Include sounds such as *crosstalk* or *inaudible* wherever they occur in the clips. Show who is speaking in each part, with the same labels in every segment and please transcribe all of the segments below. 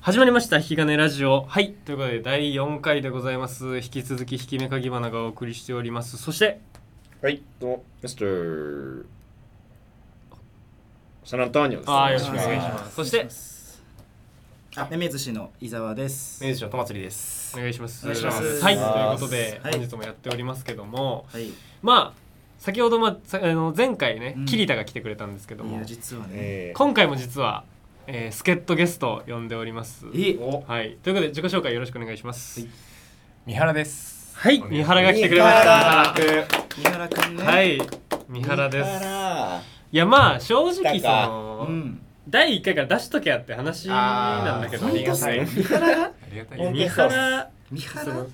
Speaker 1: 始まりました引き金ラジオはいということで第4回でございます引き続き引き目かぎ花がお送りしておりますそして
Speaker 2: はい、どうも、ミスター。サンアントニオです。
Speaker 1: あー
Speaker 3: よろしくお願いします
Speaker 1: そして
Speaker 3: あ、めずしの伊沢です。
Speaker 4: 明治の戸祭りです
Speaker 1: お。願いします
Speaker 3: お願いします
Speaker 1: はいということで
Speaker 3: はい
Speaker 1: 本日もやっておりますけども、
Speaker 3: はい。い
Speaker 1: まあ先ほど、ま、さあの前回ね
Speaker 3: うん
Speaker 1: 桐田が来てくれたんですけども、
Speaker 3: や、実はね。
Speaker 2: えー
Speaker 1: 今回も実は、えー、助っ人ゲストを呼んでおります
Speaker 3: え、
Speaker 2: お
Speaker 1: はいということで自己紹介よろしくお願いします
Speaker 4: 三原です。
Speaker 1: はい
Speaker 4: お願い
Speaker 1: 三
Speaker 4: します
Speaker 1: 原が来てくれました
Speaker 3: 三原くんね。
Speaker 1: は。い三原です
Speaker 2: 三原
Speaker 1: いやまあ正直
Speaker 2: 来
Speaker 1: そ
Speaker 2: たか
Speaker 1: の、
Speaker 3: うん。
Speaker 1: 第1回から出しとけやって話なんだけど
Speaker 4: あー
Speaker 1: ありがたい
Speaker 2: 本当
Speaker 1: い
Speaker 4: ありがたい
Speaker 1: や
Speaker 4: で
Speaker 1: 三
Speaker 4: す。
Speaker 1: 原
Speaker 3: 三
Speaker 1: そ
Speaker 3: 原
Speaker 1: の。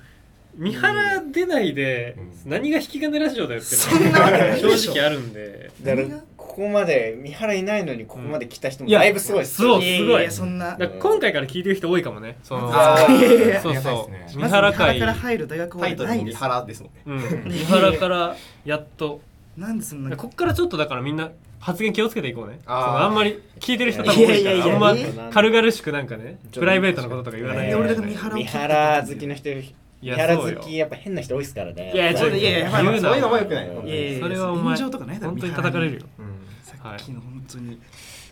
Speaker 1: 三原出ないで
Speaker 4: うん
Speaker 1: 何が引き金ラジオだよって
Speaker 3: そんなわけないでしょ
Speaker 1: 正直あるんで
Speaker 2: だから
Speaker 3: 何が
Speaker 2: ここまで三原いないのにここまで来た人
Speaker 1: うん
Speaker 2: も
Speaker 1: いや
Speaker 2: だいぶすごいです
Speaker 1: そう
Speaker 3: や
Speaker 1: す
Speaker 3: や
Speaker 1: ごい
Speaker 3: やそんな。
Speaker 1: だから今回から聞いてる人多いかもねその
Speaker 3: あーいやいや
Speaker 1: そうそ
Speaker 4: ありがたいです
Speaker 1: う
Speaker 4: ね
Speaker 1: 三原
Speaker 3: まず三
Speaker 1: 会
Speaker 3: から入る大学はないです。
Speaker 2: 原ですもん。
Speaker 1: うん
Speaker 3: *laughs*
Speaker 1: 三原からやっと
Speaker 3: なんでそんな。
Speaker 1: こっからちょっとだからみんな発言気をつけていこうねそ
Speaker 4: あー
Speaker 1: のあんまり聞いてる人多分多い
Speaker 3: いやいや
Speaker 1: か
Speaker 3: いや
Speaker 1: らあん
Speaker 3: いや
Speaker 1: ま軽々しくなんかねプライベートのこととか言わない
Speaker 3: いや
Speaker 1: よう
Speaker 3: 俺だ
Speaker 1: に
Speaker 3: から三原を
Speaker 2: 三原好き
Speaker 3: 切って
Speaker 2: の人、三
Speaker 1: いや
Speaker 2: 原
Speaker 1: そう
Speaker 2: 好
Speaker 1: よ
Speaker 2: きやっぱ変な人多いですからね。
Speaker 1: いや
Speaker 3: ちょっといやいやまあまあ
Speaker 1: 言うなそういうのも良
Speaker 4: くないよ
Speaker 3: いやいやいや
Speaker 1: それはお前
Speaker 3: 炎上とかないだろ
Speaker 1: 本当に叩かれるよ。
Speaker 4: うん
Speaker 3: 三
Speaker 1: は
Speaker 3: 原
Speaker 1: い
Speaker 3: にさっきの本当に。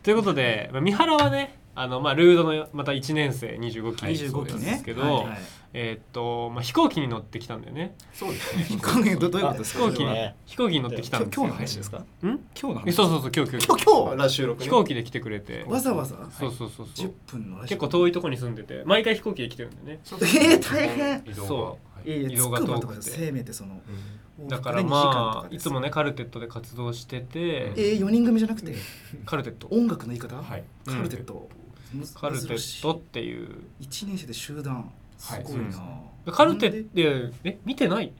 Speaker 1: ということで、まあ、三原はねあの、まあ、ルードのまた1年生25期
Speaker 4: はい
Speaker 3: 二十五期
Speaker 1: なん
Speaker 3: ね。
Speaker 1: ですけど、 *laughs*
Speaker 3: はいはい
Speaker 1: えーっと、まあ、飛行機に乗ってきたんだよね
Speaker 4: そうですね。
Speaker 3: 今回どどういうことです
Speaker 1: 飛行
Speaker 3: か。
Speaker 1: 機
Speaker 3: それは
Speaker 1: に
Speaker 2: ね
Speaker 1: 飛行機に乗ってきたんですよ
Speaker 4: ですか？
Speaker 1: ん
Speaker 4: 今日の
Speaker 1: えそうそうそう今日今日
Speaker 4: 今日ラ収録
Speaker 1: 飛行機で来てくれて
Speaker 3: わざわざ。
Speaker 1: そうそうそうそ
Speaker 3: 十
Speaker 1: う
Speaker 3: 分の。
Speaker 1: 結構。遠いとこに住んでて毎回飛行機で来てるんだよね
Speaker 3: えー、大変。
Speaker 4: 移動が
Speaker 1: そ
Speaker 3: いやいや、
Speaker 1: 移
Speaker 3: つ
Speaker 1: 動が
Speaker 3: くば
Speaker 1: 遠
Speaker 3: とか
Speaker 1: く
Speaker 3: で
Speaker 1: て
Speaker 3: せめてその。
Speaker 1: だからまあいつも。ねカルテットで活動してて、
Speaker 3: えー、四人組じゃなくて。
Speaker 1: カルテット
Speaker 3: 音楽の言い方。
Speaker 4: はい。
Speaker 1: うん
Speaker 3: カルテット。む
Speaker 1: カルテ
Speaker 3: 珍し
Speaker 1: ッ
Speaker 3: い
Speaker 1: トっていう
Speaker 3: 一年生で集団す
Speaker 4: はい
Speaker 3: ごいな、
Speaker 1: カルテ
Speaker 3: なん
Speaker 1: っ
Speaker 3: で
Speaker 1: てえ見てない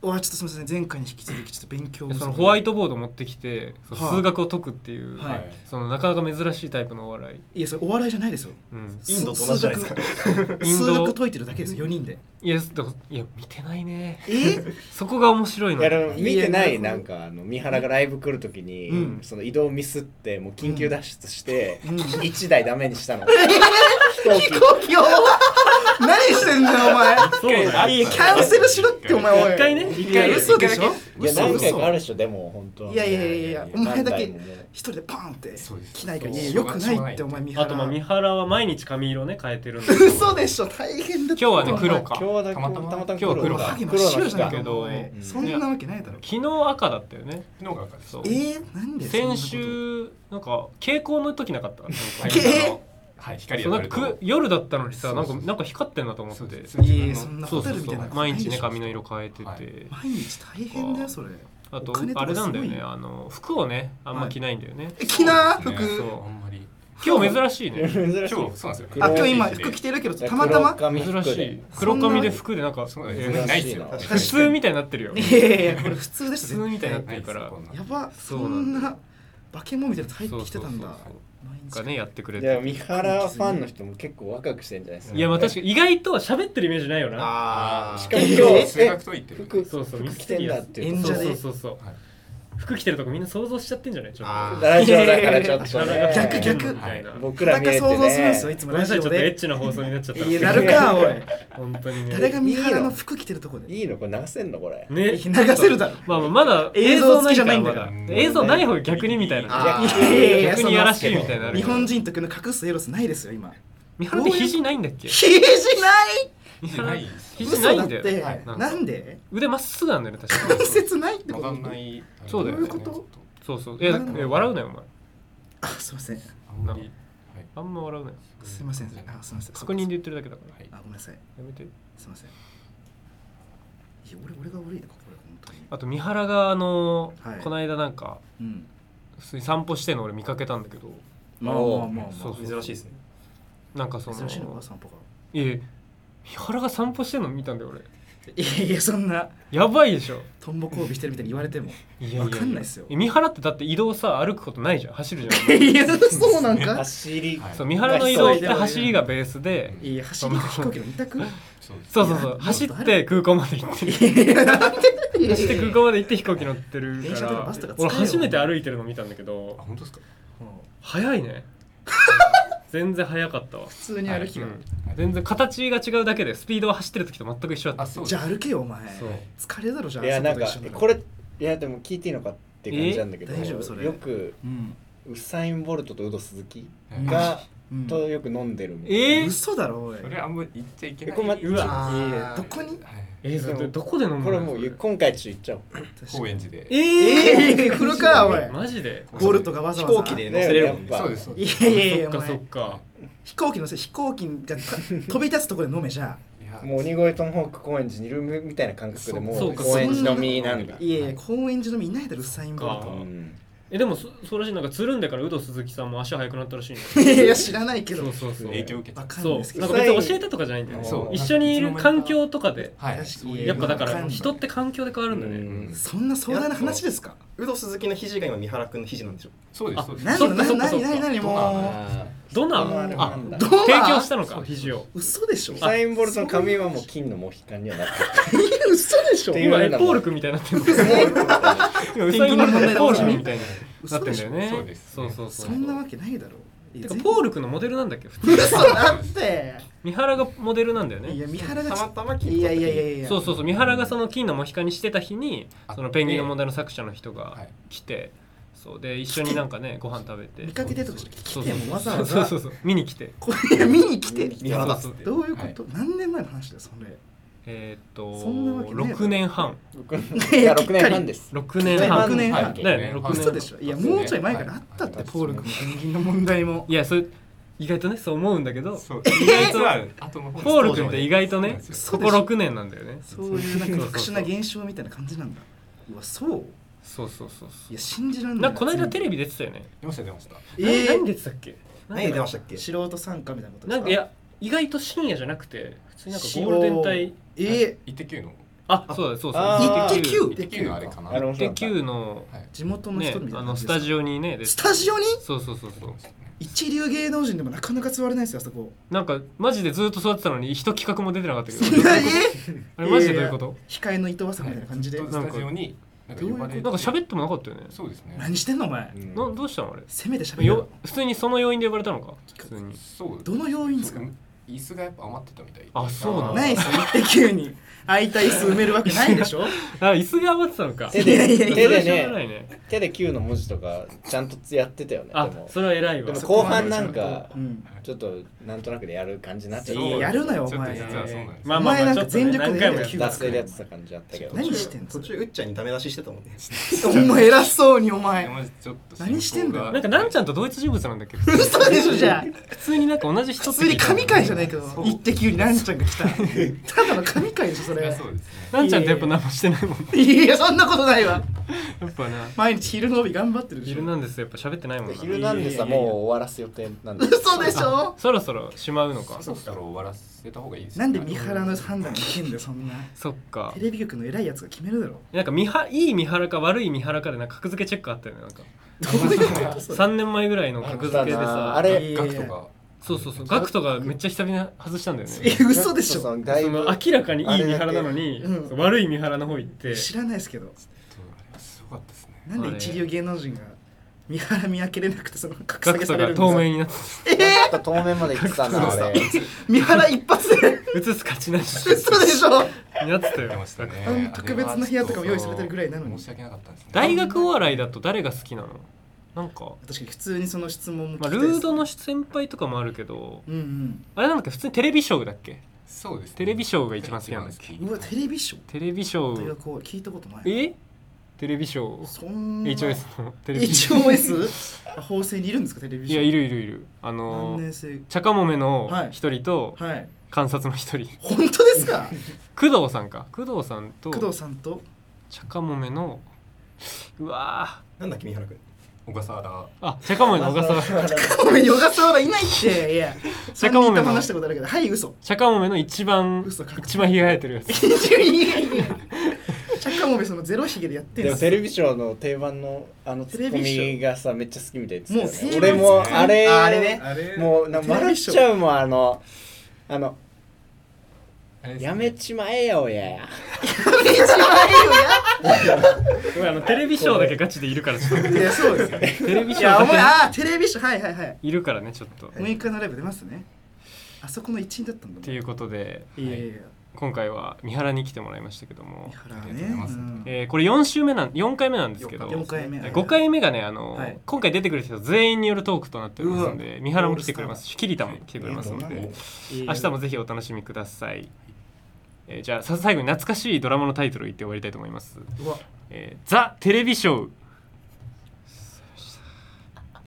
Speaker 1: う
Speaker 3: わちょっとすみません前回に引き続きちょっと勉強不足
Speaker 1: そのホワイトボード持ってきてその
Speaker 3: はい
Speaker 1: 数学を解くっていう、
Speaker 3: はい
Speaker 1: そのなかなか珍しいタイプのお笑い、
Speaker 3: いやそれお笑いじゃないですよ
Speaker 1: うん、
Speaker 2: インドと同じじゃないですか
Speaker 3: 数学
Speaker 1: インド
Speaker 3: 数学解いてるだけですよ4人で
Speaker 1: *laughs* いやだからいや見てないね
Speaker 3: え
Speaker 1: そこが面白い
Speaker 2: い
Speaker 1: の
Speaker 2: やでも見てないい
Speaker 3: やな
Speaker 2: なんん
Speaker 3: か
Speaker 2: かあの三原がライブ来るときに、
Speaker 1: うん
Speaker 2: その移動ミスってもう緊急脱出して、
Speaker 3: うん
Speaker 2: 一台ダメにした
Speaker 3: *laughs*
Speaker 2: の。
Speaker 3: 飛行機を *laughs* 何してんだよ
Speaker 1: *laughs*
Speaker 3: お前
Speaker 1: そうだよ
Speaker 2: いや
Speaker 3: キャンセルしろってお前おい
Speaker 1: 一回ね一回
Speaker 3: いや嘘でしょ
Speaker 2: いや何回かある
Speaker 3: 嘘
Speaker 2: でしょでも本当は。
Speaker 3: いやいやいやいやお前だけ
Speaker 2: 何回もね
Speaker 3: 一人でパーンって
Speaker 4: そうです
Speaker 3: 来ないから
Speaker 4: そう
Speaker 3: いやよく
Speaker 4: しょうが
Speaker 3: な
Speaker 4: ないい
Speaker 3: ってお前見張
Speaker 1: あとまあ三原は毎日髪色ね変えてるんだけど
Speaker 3: 嘘でしょ大変だった
Speaker 1: 今日はね
Speaker 3: お前
Speaker 1: 黒か
Speaker 2: 今日だけ
Speaker 4: たまたま
Speaker 2: たまたま
Speaker 1: 今日黒
Speaker 3: お
Speaker 1: だ
Speaker 3: はげ真っ
Speaker 2: 黒の
Speaker 3: 白
Speaker 2: 日
Speaker 3: じゃな
Speaker 2: だ
Speaker 3: いけ
Speaker 1: けど
Speaker 3: ど
Speaker 1: うん
Speaker 3: そんなわけないだろ
Speaker 1: 昨日赤だったよね
Speaker 4: 昨日が赤です。
Speaker 1: そう
Speaker 3: えー、なんでそんなこと
Speaker 1: 先週なんか蛍光の時なかったなんか
Speaker 3: えー
Speaker 4: はい光
Speaker 1: そう
Speaker 4: 当
Speaker 1: な
Speaker 4: た
Speaker 1: ん
Speaker 4: る
Speaker 1: かく
Speaker 4: と
Speaker 1: 夜だったのにさ
Speaker 4: そ
Speaker 1: な
Speaker 4: うんそ
Speaker 1: か
Speaker 4: うそう
Speaker 1: なんか光ってんなと思って
Speaker 4: そう
Speaker 1: て
Speaker 4: そうそう
Speaker 3: いやいやそんな
Speaker 1: そう
Speaker 3: ホ
Speaker 1: そ
Speaker 3: テ
Speaker 1: う
Speaker 3: ル
Speaker 1: そ
Speaker 3: みたいな
Speaker 1: う
Speaker 3: の
Speaker 1: 毎日
Speaker 3: ないで
Speaker 1: ね
Speaker 3: しょ
Speaker 1: 髪の色変えてて、
Speaker 4: はい
Speaker 3: 毎日大変だよそれ
Speaker 1: あと
Speaker 3: お金と
Speaker 1: あ
Speaker 3: か
Speaker 1: れなんだよ
Speaker 3: すご
Speaker 1: ね
Speaker 3: いよ
Speaker 1: あの服をねあんま着ないんだよね、
Speaker 3: 着な
Speaker 4: そうで
Speaker 3: 服
Speaker 4: すね
Speaker 1: そう
Speaker 4: あんまり。
Speaker 1: 今日珍しいね
Speaker 2: 珍
Speaker 4: 今日
Speaker 2: しい
Speaker 4: そうなんですよ。
Speaker 3: あ
Speaker 2: 黒
Speaker 3: 今日
Speaker 2: い
Speaker 3: 今服着てるけどたまたま
Speaker 2: 黒髪
Speaker 1: 珍
Speaker 2: 服
Speaker 1: し
Speaker 2: で
Speaker 1: い黒髪で服でなんか
Speaker 4: そう
Speaker 1: え
Speaker 4: ですねないですよ。
Speaker 2: 珍しい
Speaker 1: 普通みたいになって
Speaker 3: *laughs*
Speaker 1: るよ
Speaker 3: いやいやいやこれ普通で
Speaker 1: 普
Speaker 3: す
Speaker 1: 通みたいになってるから
Speaker 3: やば
Speaker 1: そ
Speaker 3: そう
Speaker 1: なん
Speaker 3: ん
Speaker 1: だよ
Speaker 3: な化け物みたいなの入ってきてたんだ
Speaker 1: そうそうそう
Speaker 3: 毎日
Speaker 1: がねやってくれ
Speaker 2: いや
Speaker 1: て
Speaker 2: 三原ファンの人も結構若くしてんじゃないですか
Speaker 1: いやまあ確かに意外と喋ってるイメージないよな
Speaker 4: ああ。
Speaker 2: し
Speaker 4: し
Speaker 2: か
Speaker 4: か
Speaker 2: も
Speaker 4: も
Speaker 2: 今
Speaker 4: 今
Speaker 2: 日
Speaker 4: 日数学解いてる。
Speaker 2: 服
Speaker 1: そうそう
Speaker 2: 服着てんだっていう
Speaker 3: 演
Speaker 2: と
Speaker 3: 者で
Speaker 1: そうそうそうそう
Speaker 4: はい
Speaker 1: 服着てるとこみんな想像しちゃってんじゃないちょっ
Speaker 4: あ
Speaker 1: と
Speaker 2: ラジオだからちょっと
Speaker 1: 体が
Speaker 2: ね
Speaker 3: 逆逆
Speaker 1: みたいな
Speaker 2: 僕ら見えて
Speaker 3: 裸想像するんですよい
Speaker 2: ね
Speaker 3: つ
Speaker 1: ご
Speaker 3: も
Speaker 1: めんな
Speaker 3: ラ
Speaker 1: さ
Speaker 3: ジ
Speaker 1: いちょ
Speaker 3: オ
Speaker 1: っとエ
Speaker 3: で
Speaker 1: ッチな放送になっちゃった
Speaker 3: いやなるかおい
Speaker 1: 本当にね
Speaker 3: 誰が三原の服着てるとこで
Speaker 2: いいのこれ流せんのこれ
Speaker 1: ね
Speaker 3: 流せるだろ
Speaker 1: まあまあまだ映
Speaker 3: 映
Speaker 1: 像
Speaker 3: 像
Speaker 1: な
Speaker 3: 付
Speaker 1: い
Speaker 3: きじ
Speaker 1: か
Speaker 3: ゃ
Speaker 1: ら
Speaker 3: ないん
Speaker 1: ま
Speaker 3: だか
Speaker 1: だ
Speaker 3: ら
Speaker 1: 映像ない方が逆にみたいなね
Speaker 4: あー
Speaker 3: いやいやいや
Speaker 1: 逆にやらしいみたいなのある
Speaker 3: 日
Speaker 1: から
Speaker 3: 本人特の隠すエロスないですよ今
Speaker 1: 三原って肘ないんだっけ
Speaker 3: 肘ない
Speaker 1: 三
Speaker 4: 肘な
Speaker 1: 原
Speaker 4: い
Speaker 1: 肘な
Speaker 3: 嘘
Speaker 1: い
Speaker 3: だ
Speaker 1: ん
Speaker 3: っ
Speaker 1: だよ
Speaker 3: て
Speaker 4: はい
Speaker 1: なんか
Speaker 3: なんで
Speaker 1: 腕まっすぐなんだよね確か
Speaker 3: 関
Speaker 1: に
Speaker 3: 節ないってこ
Speaker 4: わか
Speaker 3: と
Speaker 4: んない。
Speaker 1: そうだよ
Speaker 3: ねどういうこと
Speaker 1: そうそうええ笑うなよお前
Speaker 3: あすいません
Speaker 4: あんまり。はい
Speaker 1: あんま笑うなよ
Speaker 3: すいませんあすいません
Speaker 1: 確認で言ってるだけだから
Speaker 4: はい
Speaker 3: あごめんなさい
Speaker 1: やめて
Speaker 3: すいませんいや俺俺が悪いなこれ本当に
Speaker 1: あと三原があの
Speaker 3: はい
Speaker 1: この間なんか
Speaker 3: うん
Speaker 1: 普通に散歩してんの俺見かけたんだけど
Speaker 3: まあまあまあまあ
Speaker 1: そうそう
Speaker 4: 珍しいですね。
Speaker 1: なんかその
Speaker 3: 珍しいのか散歩が
Speaker 1: いえ三原が散歩してんの見たんだよ俺
Speaker 3: いやいやそんな
Speaker 1: やばいでしょ
Speaker 3: トンボ交尾してるみたいに言われても
Speaker 1: い
Speaker 3: わかんないっすよ
Speaker 1: え三原ってだって移動さ歩くこと *laughs* ないじゃん走る
Speaker 3: *laughs*
Speaker 1: じゃんお前
Speaker 3: いやそうなんか
Speaker 2: 走り
Speaker 4: はい
Speaker 1: そう三原の移動って走りがベースで
Speaker 3: *laughs* いや走りか飛行機の二
Speaker 1: *laughs*
Speaker 3: 択い
Speaker 4: そうです
Speaker 1: そうそうそう走って空港まで行
Speaker 3: *laughs*
Speaker 1: ってる
Speaker 3: やなんで
Speaker 1: 走って空港まで行って飛行機乗ってる
Speaker 3: 電
Speaker 1: か
Speaker 3: 車とからバスとか使えよ
Speaker 1: 俺初めて歩いてるの見たんだけど
Speaker 4: あ本当ですか。
Speaker 1: 早いね *laughs* 全然速かったわ、
Speaker 3: *laughs* 普通に歩き
Speaker 1: う
Speaker 3: が、
Speaker 1: ん、全然形が違うだけでスピードは走ってる時と全く一緒だ
Speaker 4: あ
Speaker 1: った
Speaker 4: そう
Speaker 3: じゃあ歩けよお前
Speaker 1: そう
Speaker 3: 疲れだろじゃあ
Speaker 2: いやなんか
Speaker 3: あそこと一緒
Speaker 2: これいやでも聞いていいのかって感じなんだけど
Speaker 3: え大丈夫それ
Speaker 2: よく
Speaker 3: うん、
Speaker 2: ウサイン・ボルトとウド鈴木
Speaker 4: はい
Speaker 2: が、
Speaker 3: うん、
Speaker 2: とよく飲んでるみたいな
Speaker 1: えー、
Speaker 3: 嘘だろおい
Speaker 4: それあんま言っちゃいけない
Speaker 2: えこれま
Speaker 4: うわ
Speaker 3: あーどこに
Speaker 4: はい
Speaker 1: えー、だってどこで飲むの
Speaker 2: これもう今回ちょっと行っ
Speaker 4: 高円寺で
Speaker 1: え
Speaker 3: え
Speaker 1: ー、 *laughs*
Speaker 3: ー、風呂かおい
Speaker 1: マジで
Speaker 3: ボルトがわざわざ
Speaker 5: 飛行機
Speaker 2: ちゃ
Speaker 5: で
Speaker 2: おうね
Speaker 5: 乗せれるもん
Speaker 2: やっ
Speaker 5: ね
Speaker 2: ぱ
Speaker 4: そうですそう
Speaker 3: い
Speaker 4: で
Speaker 3: や
Speaker 4: す
Speaker 3: いやいやお
Speaker 1: そっかそ
Speaker 3: 前
Speaker 1: っか
Speaker 3: 飛行機のせい飛行機がた飛び立つところで飲めじゃ
Speaker 4: いや
Speaker 2: もう鬼越トンホーク高円寺にいるみたいな感覚でも
Speaker 1: そううか
Speaker 2: 高円寺のみなんだ
Speaker 3: あいやいや高円寺のみんないだろウサインボル
Speaker 1: そ
Speaker 3: ト
Speaker 1: うか
Speaker 2: うん
Speaker 1: えでもそそうらしいなんかつるんでから有働鈴木さんも足速くなったらしいね
Speaker 3: いやいや知らないけど
Speaker 1: そうそうそう
Speaker 4: 影響受け
Speaker 3: わ
Speaker 4: た
Speaker 3: かんない
Speaker 1: そ
Speaker 3: です
Speaker 1: う
Speaker 3: け
Speaker 1: な
Speaker 3: ど
Speaker 1: んか別に教えたとかじゃないんだよね
Speaker 4: そう
Speaker 1: 一緒にいる環境とかで
Speaker 4: はい
Speaker 3: 確かに
Speaker 1: やっぱだか
Speaker 3: わかん
Speaker 1: ら
Speaker 3: ない
Speaker 1: 人って環境で変わるんだね
Speaker 2: うん
Speaker 3: そんな壮大な話ですか
Speaker 5: ウド鈴木の肘が今三原君の肘なんでしょ
Speaker 4: そうですそうです
Speaker 3: 何
Speaker 1: そっかそっ
Speaker 3: 何
Speaker 1: かそっ
Speaker 3: 何
Speaker 1: か
Speaker 3: 何何も
Speaker 2: あ
Speaker 1: ドナ
Speaker 2: そうなん
Speaker 1: ー
Speaker 2: だ
Speaker 1: あ
Speaker 3: う
Speaker 2: ー
Speaker 3: どう
Speaker 1: 提供したのか肘を
Speaker 3: 嘘でしょ
Speaker 2: ウサイン・ボルトの髪はもう金のモヒカンにはなって
Speaker 3: 嘘でしょ
Speaker 2: ていう
Speaker 1: 今
Speaker 2: よ
Speaker 1: エ
Speaker 2: うな
Speaker 1: ポール君みたいになってるんだよ今ウサインボルトの
Speaker 3: ピンキーの問題だ
Speaker 1: ポール君みたいにな
Speaker 3: 嘘
Speaker 1: ってん
Speaker 3: で
Speaker 1: だ
Speaker 3: しょ
Speaker 1: よね
Speaker 4: そうです
Speaker 1: そうそうそう
Speaker 3: そんなわけないだろ
Speaker 1: てかポール君のモデルなんだっけ普通
Speaker 3: 嘘だって
Speaker 1: 三原がモデルなんだよ
Speaker 3: い
Speaker 1: ね
Speaker 3: や三原が
Speaker 5: たまたま聞
Speaker 3: い
Speaker 5: いた
Speaker 3: やいやいやいや
Speaker 1: そうそうそう三原がその金のモヒカンにしてた日に
Speaker 4: あ
Speaker 1: そのペンギンの問題の作者の人が
Speaker 4: はい
Speaker 1: 来てそうで一緒になんかねご飯食べて
Speaker 3: 見かけてとかじゃなくて
Speaker 1: そ
Speaker 3: 来
Speaker 1: うそ
Speaker 3: て
Speaker 1: う
Speaker 3: もわざわ
Speaker 1: そうそ
Speaker 3: ざ
Speaker 1: うそう見に来て
Speaker 3: これ見に来て
Speaker 5: 三原だっつって
Speaker 3: どういうこと何年前の話だよそれ
Speaker 1: えーっと
Speaker 3: そんなわけねえだろ
Speaker 1: 6年半
Speaker 2: いや6年半です
Speaker 1: 6年半
Speaker 3: 6年
Speaker 4: はい
Speaker 3: 半
Speaker 1: だよね6年
Speaker 3: 嘘でしょいやもうちょい前からあったって
Speaker 4: はい
Speaker 3: ポール君ペンギンの問題も
Speaker 1: いやそれ意外とねそう思うんだけど
Speaker 4: そう意外とは後の方
Speaker 1: ポール君って意外とね
Speaker 3: 嘘
Speaker 1: こ
Speaker 3: で
Speaker 1: こ
Speaker 3: しょ
Speaker 1: 6年なんだよね
Speaker 3: そういうなんか特殊な
Speaker 1: そう
Speaker 3: 現象みたいな感じなんだうわそう
Speaker 1: そうそうそうそ
Speaker 3: いうや信じらんな
Speaker 1: ないんかこの間テレビ出てたよね
Speaker 4: 出ました出ました
Speaker 3: え
Speaker 1: な何
Speaker 3: ー
Speaker 1: 出てたっけ
Speaker 5: 何出ましたっけ
Speaker 3: 素人参加みたいなことです
Speaker 1: なんかいや意外と深夜じゃなくて普通になんかゴールデン帯
Speaker 3: え
Speaker 4: イッテ Q の
Speaker 1: あそうだそうそう
Speaker 2: あー
Speaker 3: イッテ Q
Speaker 4: イッテ Q のあれかな
Speaker 2: あの
Speaker 1: で Q の
Speaker 3: ー地元の
Speaker 1: ね
Speaker 3: 人みた
Speaker 1: あ
Speaker 3: いな感
Speaker 1: の
Speaker 3: じ
Speaker 1: ス
Speaker 3: ですか
Speaker 1: タジオにね出て
Speaker 3: スタジオに
Speaker 1: そうそうそうそう
Speaker 3: 一流芸能人でもなかなか座れないですよあそこ
Speaker 1: なんかマジでずっと座ってたのに一企画も出てなかったけど
Speaker 3: え
Speaker 1: あれマジでどういうこと
Speaker 3: 控えの伊藤さみたいな感じで
Speaker 4: ずっとスタジオになんか呼ばれて
Speaker 1: なんか喋ってもなかったよね
Speaker 4: そうですね
Speaker 3: 何してんのお前
Speaker 2: う
Speaker 1: な
Speaker 2: ん
Speaker 1: どうしたのあれ
Speaker 3: せめて喋れ
Speaker 1: よ
Speaker 3: よ
Speaker 1: 普通にその要因で呼ばれたのか普通に
Speaker 4: そう
Speaker 3: どの要因ですか
Speaker 4: そう椅子がやっぱ余ってたみたいで
Speaker 1: あそうなんだ
Speaker 3: ないっすよ一急に空いた椅子埋めるわけないでしょ
Speaker 1: あ椅子が余ってたのか
Speaker 2: 手
Speaker 3: いやい
Speaker 2: で
Speaker 3: やい
Speaker 1: それ
Speaker 3: や
Speaker 2: 手
Speaker 1: は
Speaker 2: で
Speaker 1: しょうがな
Speaker 2: ね
Speaker 1: いね
Speaker 2: 手で Q の文字とかちゃんとやってたよね
Speaker 1: あ
Speaker 2: でも
Speaker 1: それは偉いわ
Speaker 2: でも後半なんか
Speaker 3: うん
Speaker 2: ちょっとなんとなくでやる感じになっちゃっ
Speaker 3: いやいややるなよお
Speaker 4: ちょっと
Speaker 3: 前
Speaker 4: 実はそうなんです
Speaker 1: まあまあ
Speaker 3: お前
Speaker 1: ま
Speaker 3: な
Speaker 1: あちょ
Speaker 3: んか
Speaker 1: っとね
Speaker 3: 全力でや
Speaker 1: 何
Speaker 3: る
Speaker 1: 回も
Speaker 2: た
Speaker 1: や
Speaker 2: 脱
Speaker 1: っ
Speaker 2: 線でやってた感じあったけど
Speaker 3: 何してんの
Speaker 5: 途中うっちゃんにダメ出ししてたもんね
Speaker 3: *laughs* お前偉そうにお前
Speaker 4: マジちょっと
Speaker 3: 何してんだよ
Speaker 1: なんかなんちゃんと同一人物なんだっけど
Speaker 3: *laughs* 嘘でしょじゃあ
Speaker 1: 普通になんか同じ人
Speaker 3: 普
Speaker 1: って
Speaker 3: 通
Speaker 1: 聞
Speaker 3: に
Speaker 1: いた
Speaker 3: 神回じゃないけど
Speaker 4: そう
Speaker 3: 一滴よりなんちゃんが来たただの神回でしょそれ
Speaker 4: そうですね
Speaker 1: なんちゃんってやっぱ何もしてないもんね
Speaker 3: いやそんなことないわ
Speaker 1: やっぱな
Speaker 3: 毎日昼の帯頑張ってるで
Speaker 1: ヒ
Speaker 3: し
Speaker 1: ル
Speaker 3: ょ
Speaker 1: ナンデスやっぱ喋ってないもんな
Speaker 2: ヒルナンデスはもう終わらす予定なんで
Speaker 3: 嘘でしょ
Speaker 1: そろそろしまうのか
Speaker 4: そろそろ終わらせた方がいいですね
Speaker 3: なんで三原の判断聞けんだよそんな
Speaker 1: そっか
Speaker 3: テレビ局の偉いやつが決めるだろ
Speaker 1: なんか見はいい見原か悪い見原かでなんか格付けチェックあったよねなんか
Speaker 3: どういうことそれ
Speaker 1: 3年前ぐらいの格付けでさ
Speaker 2: あれ
Speaker 4: 額とか
Speaker 1: そうそうそうガクトがめっちゃ久々に外したんだよね
Speaker 3: え嘘でしょ
Speaker 2: だい
Speaker 1: そ
Speaker 2: ぶ
Speaker 1: の明らかにいい三原なのに、
Speaker 3: あれだけうん
Speaker 1: 悪い三原の方行って
Speaker 3: 知らないですけど
Speaker 4: あれすごかったですね
Speaker 3: なんで一流芸能人が三原見分けれなくてその格
Speaker 1: ガ
Speaker 3: 下げ
Speaker 1: ク
Speaker 3: さ
Speaker 1: ト
Speaker 3: れ
Speaker 1: が
Speaker 3: る
Speaker 1: 透明
Speaker 3: 明
Speaker 1: になって
Speaker 2: なんか遠目まで行ってたなあ
Speaker 4: そう
Speaker 2: れ
Speaker 3: 三原一発で
Speaker 1: 映す価値なし
Speaker 3: 嘘でしょ
Speaker 1: *laughs* になってた
Speaker 4: 出
Speaker 1: よ
Speaker 4: ましたね
Speaker 3: あの特別な部屋とかも用意されてるぐらいなのに
Speaker 4: 申し訳なかったですね
Speaker 1: 大学お笑いだと誰が好きなのなんか、
Speaker 3: 確かに普通にその質問も聞き
Speaker 1: ま
Speaker 3: た
Speaker 1: あ、
Speaker 3: い
Speaker 1: ル
Speaker 3: です
Speaker 1: ードの先輩とかもあるけど
Speaker 3: うん
Speaker 1: あれなんだっけ普通にテレビショーだっけ
Speaker 4: そうですね
Speaker 1: テレビショーが一番好きなんだっけ
Speaker 4: 一
Speaker 3: うん
Speaker 4: 番
Speaker 3: うわ
Speaker 4: 好き
Speaker 3: テレビショー
Speaker 1: テレビショ
Speaker 3: 大
Speaker 1: ー
Speaker 3: 学を聞いたことない
Speaker 1: えテレビショー
Speaker 3: そんな
Speaker 1: HOS のテレビショー *laughs*
Speaker 3: HOS? あ法政にいるんですかテレビ
Speaker 1: い
Speaker 3: ショ
Speaker 1: や
Speaker 3: ー
Speaker 1: いるいるいるあ
Speaker 3: 何
Speaker 1: のー
Speaker 3: 年生
Speaker 1: 茶化もめの
Speaker 3: はい
Speaker 1: 一人と
Speaker 3: はい
Speaker 1: 観察の一人
Speaker 3: 本当ですか
Speaker 1: 工藤さんか工藤さんと
Speaker 3: 工藤さんと
Speaker 1: 茶かもめのうわ
Speaker 5: なんだっけ三原君
Speaker 4: 小笠原
Speaker 1: ーあ茶かもめの小笠原
Speaker 3: ごめん、ヨガサワラいないって。いや、
Speaker 1: 坂本
Speaker 3: 3人
Speaker 1: の
Speaker 3: と話したことあるけど、はい、嘘。
Speaker 1: 茶かもめの一番
Speaker 3: 嘘か
Speaker 1: 一番ひげ生えてるやつ
Speaker 3: いやいやいやチャカモベそのゼロひげでやってん
Speaker 2: でも
Speaker 3: すよ
Speaker 2: テレビショーの定番のあのツッコミがさめっちゃ好きみたいですよね
Speaker 3: もう定番
Speaker 2: 俺もあれ
Speaker 5: ああれね
Speaker 4: あれ
Speaker 2: もうな
Speaker 3: テレ
Speaker 2: 笑っ
Speaker 3: ビショー
Speaker 2: ちゃうもんあのあの
Speaker 4: あれですね
Speaker 2: やめちまえよや
Speaker 3: いや、
Speaker 1: ごめんあのテレビショーだけガチでいるからちょっと
Speaker 3: いやそうですよね
Speaker 1: テレビ
Speaker 3: い
Speaker 1: ショ
Speaker 3: やお
Speaker 1: ー
Speaker 3: 前
Speaker 1: だ
Speaker 3: ああテレビショーはいはいはい
Speaker 1: けいるからねちょっとっ
Speaker 3: 6日のライブ出ますねあそこの一員だったんだもん
Speaker 1: ていうことで
Speaker 3: いやいやいや
Speaker 1: 今回は三原に来てもらいましたけども
Speaker 3: 三、原
Speaker 4: ありがとうござい
Speaker 3: ね
Speaker 4: ます
Speaker 3: うん
Speaker 1: えーこれ4週目なん4回目なんですけど
Speaker 3: 四回目
Speaker 1: 5回目がねあの、
Speaker 3: はい
Speaker 1: 今回出てくる人全員によるトークとなっておりますので三原も来てくれますし桐田も来てくれますの
Speaker 5: えー
Speaker 1: で
Speaker 5: と
Speaker 1: 明日もぜひお楽しみください、えーじゃあさ最後に懐かしいドラマのタイトルを言って終わりたいと思います
Speaker 3: うわ
Speaker 1: えーザ・テレビショー